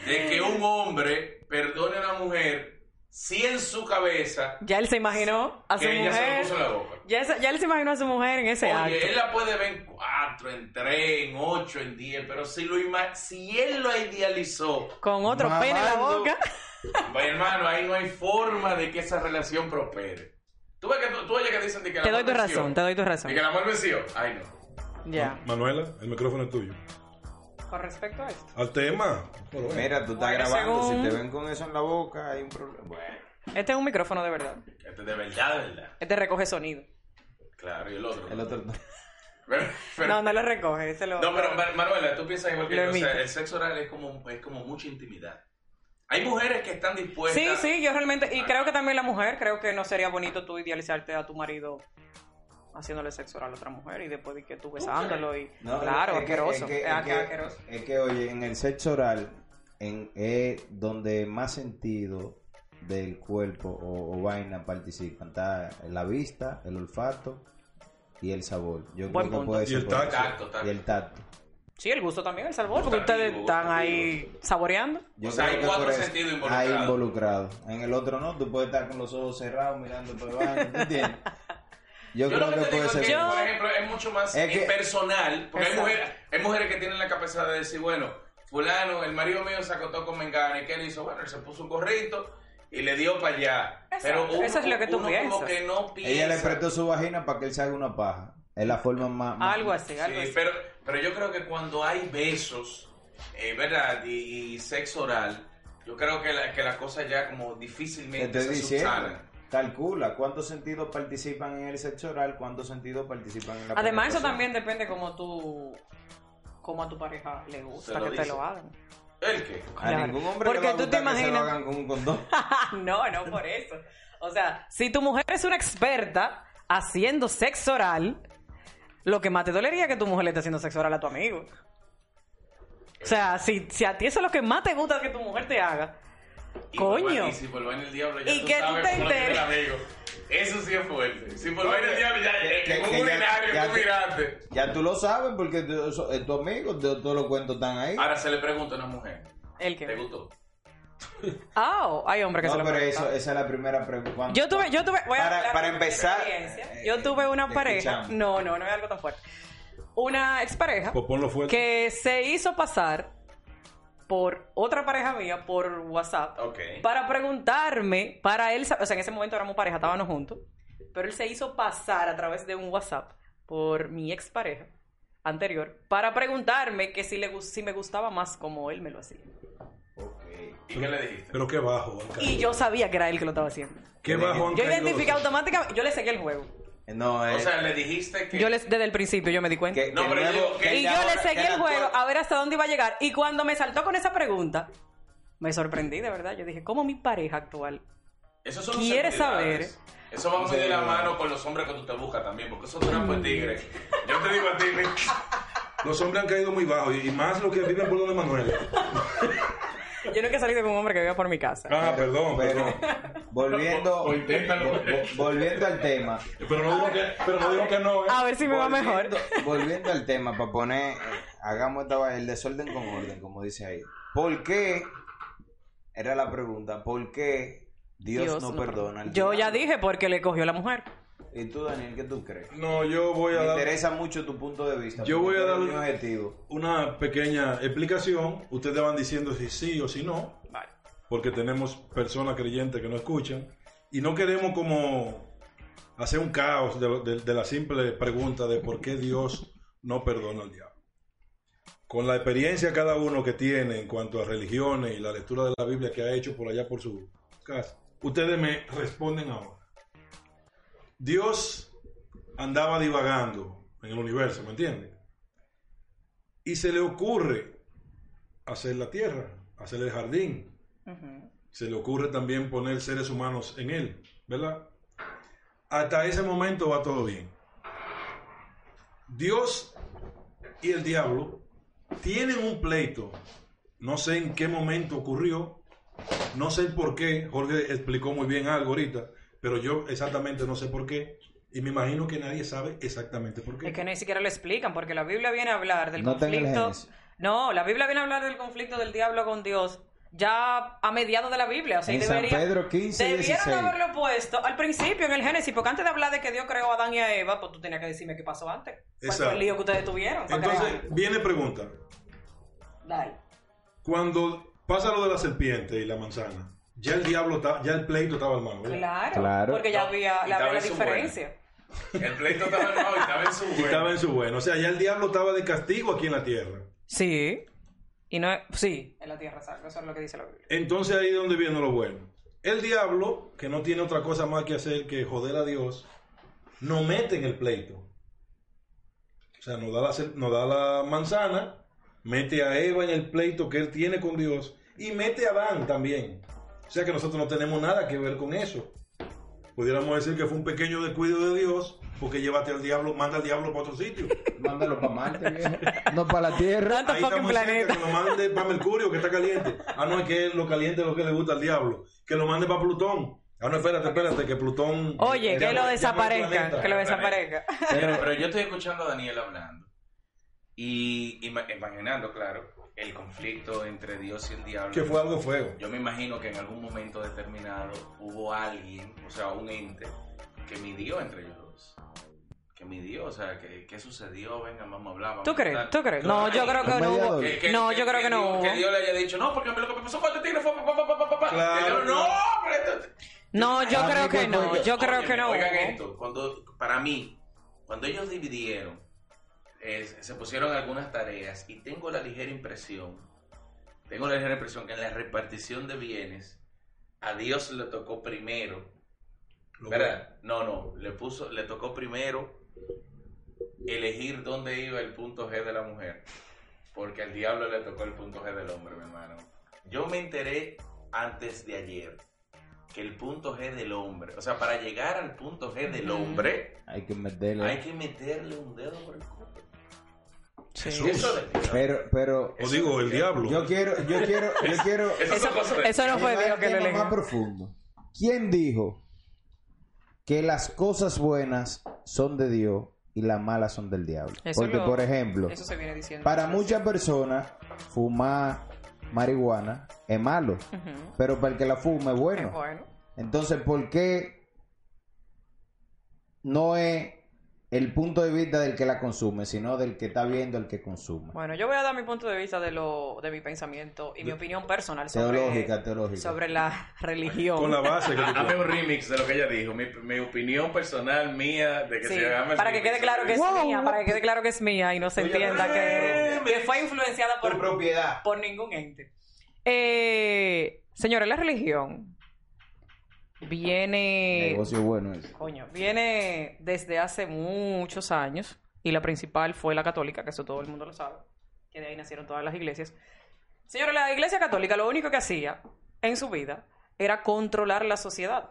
S1: de que un hombre perdone a una mujer si en su cabeza
S3: Ya él se imaginó a su
S1: que ella se lo
S3: mujer.
S1: puso en la boca.
S3: Ya, esa- ya él se imaginó a su mujer en ese
S1: Oye,
S3: acto.
S1: él la puede ver en cuatro, en tres, en ocho, en diez, pero si, lo ima- si él lo idealizó, (laughs)
S3: Con otro pene en la
S4: Mamando.
S3: boca.
S1: Mi hermano, ahí no hay forma de que esa relación prospere. Tú ves que tú, tú oyes que dicen de que el
S3: Te doy
S1: amor
S3: tu
S1: venció.
S3: razón, te doy tu razón.
S1: De que el amor venció. Ay, no.
S3: Ya.
S2: Manuela, el micrófono es tuyo.
S3: Con respecto a esto.
S2: Al tema. Pero bueno.
S4: Mira, tú estás
S3: Bueno,
S4: grabando,
S3: según-
S4: si te ven con eso en la boca hay un problema. Bueno,
S3: Este es un micrófono de verdad.
S1: Este, de verdad, de verdad.
S3: Este recoge sonido.
S1: Claro, y el otro.
S4: el otro
S1: Pero- pero-
S3: no, no lo recoge. ese lo-
S1: No, pero Mar- Manuela, tú piensas igual que
S3: Lo
S1: yo. O sea,
S3: emite.
S1: el sexo oral es como, es como mucha intimidad. Hay mujeres que están dispuestas.
S3: Sí, sí, yo realmente. Y creo que también la mujer. Creo que no sería bonito tú idealizarte a tu marido haciéndole sexo oral a otra mujer y después de que tú besándolo y.
S4: No,
S3: claro,
S4: es que-
S3: asqueroso.
S4: Es que,
S3: Es
S4: es que-
S3: asqueroso.
S4: es que, oye, en el sexo oral en, es donde más sentido del cuerpo o, o vaina participan. Está la vista, el olfato y el sabor. Yo
S3: Buen
S4: creo que
S3: punto.
S4: puede
S2: Y el
S4: ser por ahí.
S1: Tacto, tacto.
S4: Y el tacto.
S3: Sí, el gusto también, el sabor, porque
S1: Gustativo,
S3: ustedes están
S1: gustativo.
S3: ahí saboreando.
S4: Yo
S1: O sea,
S4: creo
S1: hay
S4: que
S1: cuatro
S4: por eso
S1: sentidos
S4: hay
S1: involucrados.
S4: involucrados. En el otro no, tú puedes estar con los ojos cerrados mirando para abajo,
S1: (laughs)
S4: ¿me entiendes? Yo,
S1: Yo,
S4: creo
S1: lo que
S4: que,
S1: te digo
S4: puede
S1: es
S4: ser.
S1: que,
S3: Yo-
S1: por ejemplo, es mucho más
S4: Es que-
S1: personal. Porque hay
S3: Exacto.
S1: mujeres, hay mujeres que tienen la capacidad de decir, bueno, fulano, el marido mío se acotó con Mengana. ¿Y qué él hizo? Bueno, él se puso un gorrito y le dio para allá. Pero
S3: Exacto, eso es lo que tú
S1: uno
S3: piensas.
S1: Como que no piensa.
S4: Ella le prestó su vagina para que él se haga una paja. Es la forma más. más-
S3: Algo así, algo
S1: Sí,
S3: así.
S1: pero, pero yo creo que cuando hay besos, eh, ¿verdad? Y, y sexo oral, yo creo que la, que la cosa ya como
S4: Te
S1: difícilmente
S4: estoy
S1: se
S4: diciendo.
S1: subsana.
S4: Calcula cuántos sentidos participan en el sexo oral, cuántos sentidos participan en la
S3: Además, eso
S4: penetración.
S3: también depende como tú, como a tu pareja le gusta
S1: Se lo
S3: que te
S1: dice.
S3: lo hagan. (laughs)
S1: ¿El qué?
S4: A
S3: Claro.
S4: ningún hombre
S3: Porque
S4: le va a
S3: tú te
S4: gustar que se lo
S3: imaginas-
S4: hagan con un
S3: (laughs)
S4: condón.
S3: Ah, no, no por eso. O sea, si tu mujer es una experta haciendo sexo oral, lo que más te dolería es que tu mujer le esté haciendo sexo oral a tu amigo. O sea, si, si a ti eso es lo que más te gusta que tu mujer te haga,
S1: Y
S3: Coño.
S1: por- Y si por vaina el diablo ya
S3: Y
S1: tú
S3: que tú
S1: sabes
S3: te
S1: cómo lo tiene el
S3: enteres.
S1: amigo. Eso sí es fuerte. Si por vaina el diablo ya
S4: Que- que-
S1: en
S4: que
S1: un
S4: ya-
S1: urinario
S4: ya
S1: tú
S4: te-
S1: miraste.
S4: Ya tú lo sabes porque tu, eso- eh, tu amigo, tu- todos los cuentos están ahí.
S1: Ahora se le pregunta a una mujer,
S3: el
S1: ¿te
S3: que.
S1: gustó?
S3: Ah, oh, hay hombres que
S4: No,
S3: se lo
S4: pero
S3: preguntan.
S4: eso, esa es la primera pregunta.
S3: Yo tuve, yo tuve, voy a
S4: Para-
S3: hablar
S4: para
S3: de mi
S4: empezar,
S3: experiencia.
S4: eh,
S3: Yo tuve una
S4: te
S3: pareja.
S4: escuchamos.
S3: No, no, no es algo tan fuerte. Una expareja
S2: Pues ponlo fuerte.
S3: que se hizo pasar por otra pareja mía por WhatsApp
S1: Ok.
S3: para preguntarme, para él, sa- o sea, en ese momento éramos pareja, estábamos juntos, pero él se hizo pasar a través de un WhatsApp por mi expareja anterior para preguntarme que si le gus- si me gustaba más como él me lo hacía.
S1: ¿Y qué le dijiste?
S2: Pero qué bajo. Alcalde.
S3: Y yo sabía que era él que lo estaba haciendo.
S2: Qué bajo. han
S3: Yo
S2: caído
S3: identifiqué
S2: los-
S3: automáticamente, yo le seguí el juego.
S4: No,
S1: O
S4: es.
S1: sea, le dijiste que...
S3: Yo les, desde el principio yo me di cuenta.
S4: que-
S1: No,
S4: que
S1: pero
S4: el
S1: yo
S4: nuevo-
S1: digo que-
S4: que
S3: y
S4: la-
S3: yo le
S4: que
S3: seguí
S4: la
S3: el juego
S4: actual-
S3: a ver hasta dónde iba a llegar. Y cuando me saltó con esa pregunta, me sorprendí de verdad. Yo dije, ¿cómo mi pareja actual?
S1: Eso son
S3: ¿Quieres
S1: celebridades. Eso va muy de la
S4: Sí.
S1: mano con los hombres que tú te buscas también, porque esos trampos de tigres. Yo te digo a ti, Nick,
S2: Los hombres han caído muy bajo y y más los que viven por donde Manuel.
S3: Yo nunca he salido con un hombre que viva por mi casa.
S2: Ah, perdón,
S3: (laughs)
S4: Pero,
S2: perdón.
S4: volviendo,
S1: O- o inténtalo.
S4: vo- vo- volviendo al tema.
S2: Pero no digo que, pero no digo que no, ¿eh?
S3: A ver si me va mejor.
S4: Volviendo, volviendo al tema, para poner, eh, hagamos esta vaina, el desorden con orden, como dice ahí. ¿Por qué? Era la pregunta, ¿por qué Dios, no, perdona? al
S3: Yo ya
S4: diablo?
S3: dije porque le cogió la mujer.
S4: ¿Y tú, Daniel, qué tú crees?
S2: No, yo voy a
S4: Me
S2: dar
S4: interesa mucho tu punto de vista.
S2: Yo
S4: porque
S2: voy a
S4: tú eres
S2: dar-
S4: mi objetivo.
S2: una pequeña explicación. Ustedes van diciendo si sí o si no,
S3: Vale.
S2: porque tenemos personas creyentes que no escuchan. Y no queremos como hacer un caos de, de- de la simple pregunta de por qué Dios no perdona al diablo. Con la experiencia cada uno que tiene en cuanto a religiones y la lectura de la Biblia que ha hecho por allá por su casa, ustedes me responden ahora. Dios andaba divagando en el universo, ¿me entienden? Y se le ocurre hacer la tierra, hacer el jardín. Se le ocurre también poner seres humanos en él, ¿verdad? Hasta ese momento va todo bien. Dios y el diablo tienen un pleito. No sé en qué momento ocurrió, no sé el por qué. Jorge explicó muy bien algo ahorita, pero yo exactamente no sé por qué. Y me imagino que nadie sabe exactamente por qué.
S3: Es que ni siquiera lo explican porque la Biblia viene a hablar del
S4: No tenga el
S3: conflicto.
S4: Génesis.
S3: No, la Biblia viene a hablar del conflicto del diablo con Dios ya a mediados de la Biblia. O sea, y
S4: En San
S3: debería-
S4: Pedro 15,
S3: Debieron
S4: 16.
S3: haberlo puesto al principio en el Génesis, porque antes de hablar de que Dios creó a Adán y a Eva, pues tú tenías que decirme qué pasó antes. ¿Cuál fue
S2: Exacto.
S3: el lío que ustedes tuvieron? para
S2: Entonces,
S3: crear?
S2: viene pregunta.
S3: Dale.
S2: Cuando pasa lo de la serpiente y la manzana, ya el diablo está, ya el pleito estaba armado. ¿verdad?
S3: Claro,
S4: Claro.
S3: porque ya
S1: No,
S3: había
S1: y
S3: la,
S1: tal
S3: había la
S1: vez son buenas.
S3: diferencia.
S1: el pleito estaba armado y estaba en su
S2: Y estaba
S1: vuelo.
S2: en su bueno. O sea, ya el diablo estaba de castigo aquí en la tierra.
S3: Sí. Y no es- sí, en la tierra, exacto, eso es lo que dice la Biblia.
S2: Entonces ahí es donde viene lo bueno. El diablo, que no tiene otra cosa más que hacer que joder a Dios, no mete en el pleito. O sea, nos da, la, cer- nos da la manzana, mete a Eva en el pleito que él tiene con Dios y mete a Adán también. O sea que nosotros no tenemos nada que ver con eso. Pudiéramos decir que fue un pequeño descuido de Dios porque llévate al diablo, manda al diablo para otro sitio.
S4: Mándalo para Marte, viejo. No para la Tierra.
S3: Tanto
S2: Ahí está
S3: fucking
S2: muy cerca,
S3: planeta.
S2: que lo mande para Mercurio, que está caliente. Ah, no, es que lo caliente es lo que le gusta al diablo. Que lo mande para Plutón. Ah, no, espérate, espérate, que Plutón...
S3: Oye, que
S2: Llama-
S3: lo
S2: llama al
S3: desaparezca,
S2: planeta.
S3: que lo desaparezca.
S1: Pero, pero yo estoy escuchando a Daniel hablando y ima- imaginando, claro, el conflicto entre Dios y el diablo.
S2: Que fue algo feo.
S1: Yo me imagino que en algún momento determinado hubo alguien, o sea, un ente, que midió entre ellos dos. Que midió, o sea, que, que sucedió, venga, vamos a hablar. vamos
S3: ¿Tú
S1: a
S3: crees?
S1: hablar.
S3: ¿Tú crees? No, yo creo que no hubo.
S4: Mediador.
S3: No, yo creo que no
S1: Dios-
S3: hubo.
S1: Que Dios le haya dicho, no, porque lo que pasó con este tigre fue pa, pa, pa, pa, pa, pa.
S2: Claro,
S1: El diablo,
S2: claro.
S1: no, pero esto-
S3: No, yo
S4: Ah,
S3: creo que
S4: pues,
S3: no.
S4: pues,
S3: Yo creo
S1: Óyeme,
S3: que no.
S1: Oigan
S3: hubo.
S1: esto, cuando, para mí, cuando ellos dividieron, es- se pusieron algunas tareas y tengo la ligera impresión, tengo la ligera impresión que en la repartición de bienes, a Dios le tocó primero,
S2: Lo-
S1: ¿verdad? No, no, le puso, le tocó primero elegir dónde iba el punto G de la mujer, porque al diablo le tocó el punto G del hombre, mi hermano. Yo me enteré antes de ayer que el punto G del hombre, o sea, para llegar al punto G del
S3: Ujú.
S1: hombre,
S4: Hay que meterle.
S1: hay que meterle un dedo por el culo.
S3: Sí.
S2: Jesús.
S1: Eso del diablo.
S4: Pero, pero
S2: O digo, el diablo.
S4: yo quiero, yo quiero,
S2: (laughs)
S4: yo quiero.
S1: Eso son cosas de-
S3: Eso no fue
S4: llevar
S3: Dios
S4: el
S3: que lo
S4: tema más
S3: eligió.
S4: profundo. ¿Quién dijo que las cosas buenas son de Dios y las malas son del diablo?
S3: Eso
S4: Porque,
S3: lo-
S4: por ejemplo,
S3: Eso se viene diciendo.
S4: para muchas personas fumar marihuana es malo,
S3: Ujú.
S4: pero para el que la fuma es
S3: Es
S4: bueno.
S3: bueno.
S4: Entonces, ¿por qué no es el punto de vista del que la consume, sino del que está viendo el que consume?
S3: Bueno, yo voy a dar mi punto de vista de lo de mi pensamiento y mi opinión personal sobre,
S4: Teológica, teológica.
S3: sobre la (laughs) religión.
S2: Con la base
S4: (laughs)
S2: que tú
S1: Hazme un
S2: pones.
S1: remix de lo que ella dijo, mi, mi opinión personal mía de que
S3: Sí,
S1: se llama el
S3: para que quede
S1: remix.
S3: claro que es mía, para que quede claro que es mía y no se
S4: Oye,
S3: entienda que,
S4: eh,
S3: que fue influenciada
S4: Por
S3: por,
S4: propiedad.
S3: por ningún ente. Eh, señores, la religión viene
S4: Negocio bueno ese.
S3: Coño, viene desde hace muchos años y la principal fue la católica, que eso todo el mundo lo sabe, que de ahí nacieron todas las iglesias. Señores, la iglesia católica lo único que hacía en su vida era controlar la sociedad.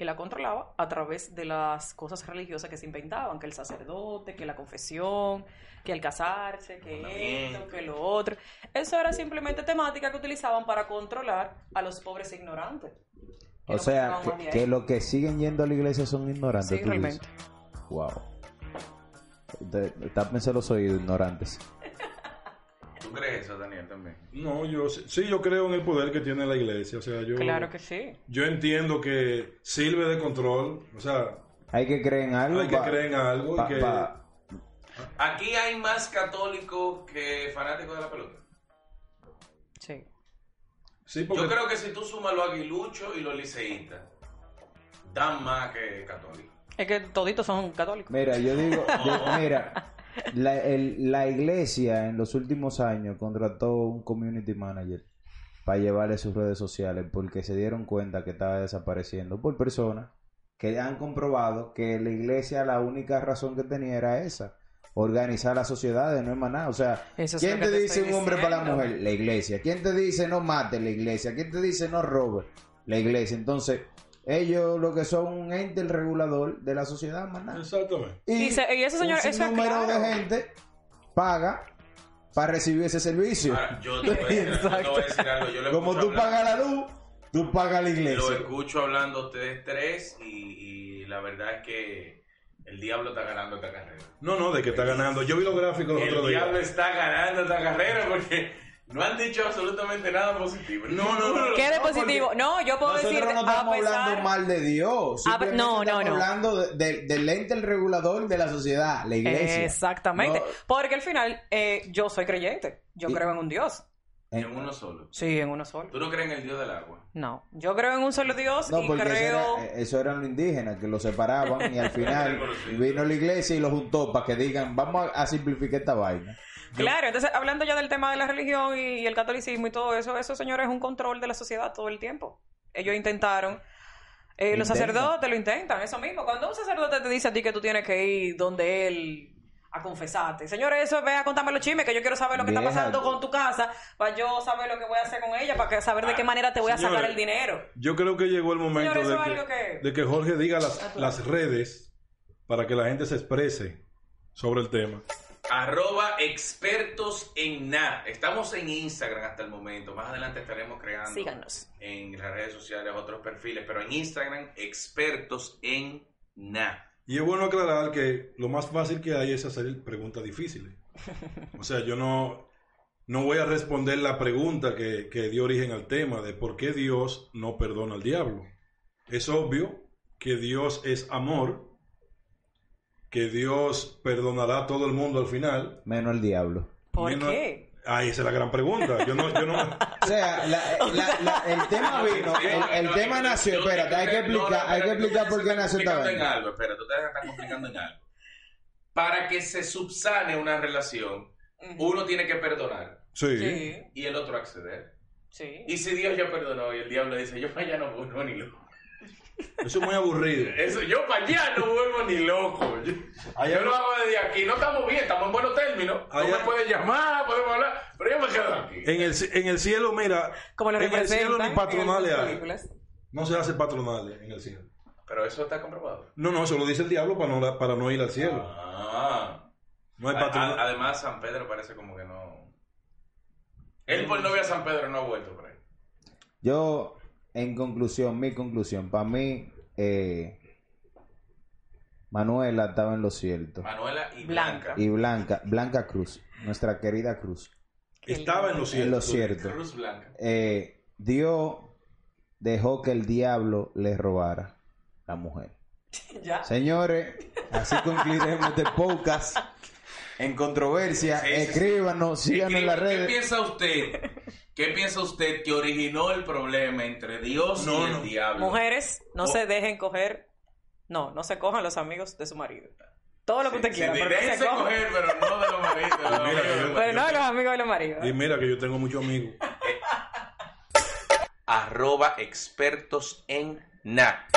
S3: Y la controlaba a través de las cosas religiosas que se inventaban, que el sacerdote, que la confesión, que el casarse, que esto, que lo otro. Eso era simplemente temática que utilizaban para controlar a los pobres e ignorantes. que
S4: O
S3: no
S4: sea,
S3: pensaban más
S4: que,
S3: de ahí.
S4: que los que siguen yendo a la iglesia son ignorantes.
S3: Sí,
S4: tú dices.
S3: realmente.
S4: Wow. De- Tápense los oídos, ignorantes.
S1: ¿Tú crees eso, Daniel, también?
S2: No, yo sí, sí, yo creo en el poder que tiene la iglesia. O sea, yo,
S3: Claro que sí.
S2: yo entiendo que sirve de control. O sea,
S4: Hay que creer en algo.
S2: hay que
S4: pa-
S2: creer en algo. y
S4: pa-
S2: que-
S4: pa-
S1: Aquí hay más católicos que fanáticos de la pelota.
S3: Sí.
S2: sí, porque
S1: Yo creo que si tú sumas los aguiluchos y los liceístas, dan más que católicos.
S3: Es que toditos son católicos.
S4: Mira, yo
S2: (laughs)
S4: digo, yo- mira, la, el- la iglesia en los últimos años contrató un community manager para llevarle sus redes sociales porque se dieron cuenta que estaba desapareciendo por personas que han comprobado que la iglesia la única razón que tenía era esa, organizar la sociedad, no es más nada. O sea,
S3: Eso es
S4: ¿quién
S3: lo que
S4: te
S3: te
S4: dice
S3: estoy
S4: un hombre para la
S3: diciendo.
S4: mujer? La iglesia. ¿Quién te dice no mate? La iglesia. ¿Quién te dice no robe? La iglesia. Entonces, ellos lo que son un ente el regulador de la sociedad, más nada.
S2: Exactamente.
S3: Y se- y eso, señor, eso es
S4: Un número
S3: claro.
S4: de gente paga para recibir ese servicio.
S1: Ahora, yo te voy a decir, yo te voy a decir algo. Yo lo
S4: Como
S1: escucho
S4: tú
S1: hablar-
S4: pagas la luz, tú pagas la
S1: Lo
S4: iglesia.
S1: escucho hablando a ustedes tres y, y la verdad es que el diablo está ganando esta carrera.
S2: No, no, de que está ganando. Yo vi los gráficos los
S1: El
S2: otros días.
S1: diablo está ganando esta carrera porque no han dicho absolutamente nada positivo. No, no, no.
S3: ¿Qué de
S4: No,
S3: positivo?
S4: porque
S3: No, yo puedo
S4: Nosotros
S3: decir, ah, pues,
S4: no
S3: a
S4: estamos hablando
S3: pesar...
S4: mal de Dios.
S3: A pe- Ah,
S4: simplemente
S3: pues, no, no,
S4: estamos
S3: no.
S4: hablando de- de- del ente el regulador de la sociedad, la iglesia.
S3: Exactamente.
S4: No,
S3: Porque al final, eh, yo soy creyente. Yo
S4: Y-
S3: creo en un Dios.
S1: (laughs)
S4: en-
S1: En uno solo.
S3: Sí, en uno solo.
S1: ¿Tú no crees en el dios del agua?
S3: No, yo creo en un solo Dios
S4: No,
S3: y
S4: porque
S3: creo...
S4: eso, era- eh, eso eran los indígenas que los separaban (laughs) y al final
S1: Reconocido.
S4: vino la iglesia y los juntó para que digan, vamos a, a simplificar esta vaina.
S3: Claro, entonces hablando ya del tema de la religión y, y el catolicismo y todo eso, eso, señores, es un control de la sociedad todo el tiempo. Ellos intentaron. eh, los
S4: Intentan.
S3: sacerdotes lo intentan, eso mismo. Cuando un sacerdote te dice a ti que tú tienes que ir donde él a confesarte, señores, eso ve a contarme los chismes, que yo quiero saber lo que está
S4: Vieja.
S3: pasando con tu casa, para yo saber lo que voy a hacer con ella, para que- saber de qué manera te voy a sacar
S2: Señores,
S3: el dinero.
S2: Yo creo que llegó el momento
S3: Señores, eso
S2: de,
S3: es
S2: que,
S3: algo que-
S2: de que Jorge diga las, las redes para que la gente se exprese sobre el tema.
S1: Arroba expertos en nada. Estamos en Instagram hasta el momento. Más adelante estaremos creando
S3: Síganos.
S1: en las redes sociales otros perfiles, pero en Instagram, expertos en nada.
S2: Y es bueno aclarar que lo más fácil que hay es hacer preguntas difíciles. O sea, yo no, no voy a responder la pregunta que, que dio origen al tema de por qué Dios no perdona al diablo. Es obvio que Dios es amor, que Dios perdonará a todo el mundo al final.
S4: Menos el diablo.
S3: ¿Por
S2: menos-
S3: qué?
S2: Ahí esa es la gran pregunta. Yo no, yo no.
S4: O sea, la- eh, la- la- el (laughs) tema Ah, vino, el, el tema nació, espérate, hay que explicar, hay que explicar por qué nació esta
S1: en
S4: vaina.
S1: algo, espérate, ustedes están complicando en algo. Para que se subsane una relación,
S3: Ujú.
S1: uno tiene que perdonar
S2: Sí.
S3: Sí,
S1: y el otro acceder.
S3: sí.
S1: Y si Dios ya perdonó y el diablo dice, yo para allá no vuelvo ni loco.
S2: Eso es muy aburrido.
S1: Eso, yo para allá no vuelvo ni loco. Yo,
S2: Allá-
S1: yo lo hago desde aquí. No estamos bien, estamos en buenos términos.
S2: Allá-
S1: No me pueden llamar, podemos hablar, pero yo me quedo aquí.
S2: En el, ci- en el cielo, mira,
S3: Como lo
S2: en el
S3: representan
S2: cielo ni
S3: en
S2: patronales
S3: esas
S2: hay.
S3: películas. (laughs)
S2: no se hace patronales en el cielo.
S1: Pero eso está comprobado.
S2: No, no, eso lo dice el diablo para no, la- para no ir al cielo.
S1: Ah.
S2: No hay
S1: A- a-
S2: patronales.
S1: además, San Pedro parece como que no. Él por novia a San Pedro no ha vuelto por ahí.
S4: Yo, en conclusión, mi conclusión, para mí, eh, Manuela estaba en lo cierto.
S1: Manuela y Blanca.
S3: Blanca.
S4: Y Blanca, Blanca Cruz, nuestra querida Cruz,
S2: Estaba en lo cierto.
S4: en lo cierto.
S1: Cruz Blanca.
S4: Eh, Dios dejó que el diablo le robara la mujer.
S3: Ya.
S4: Señores, así concluiremos este podcast. En controversia,
S1: Sí, sí, sí.
S4: escríbanos, síganos en las
S1: Escribe, ¿Qué
S4: redes.
S1: piensa usted? ¿Qué piensa usted que originó el problema entre Dios
S2: No,
S1: y el
S2: no.
S1: diablo?
S3: Mujeres, no
S1: Oh.
S3: se dejen coger. No, no se cojan los amigos de su marido. Todo lo que usted
S1: Sí,
S3: quiera,
S1: sí,
S3: pero no se
S1: déjense
S3: cojan.
S1: coger, pero no de los maridos. de los
S2: Mira, que yo-
S1: amigos.
S3: Pero no de los amigos de los maridos.
S2: Y mira que yo tengo muchos amigos.
S1: Arroba expertos en nada.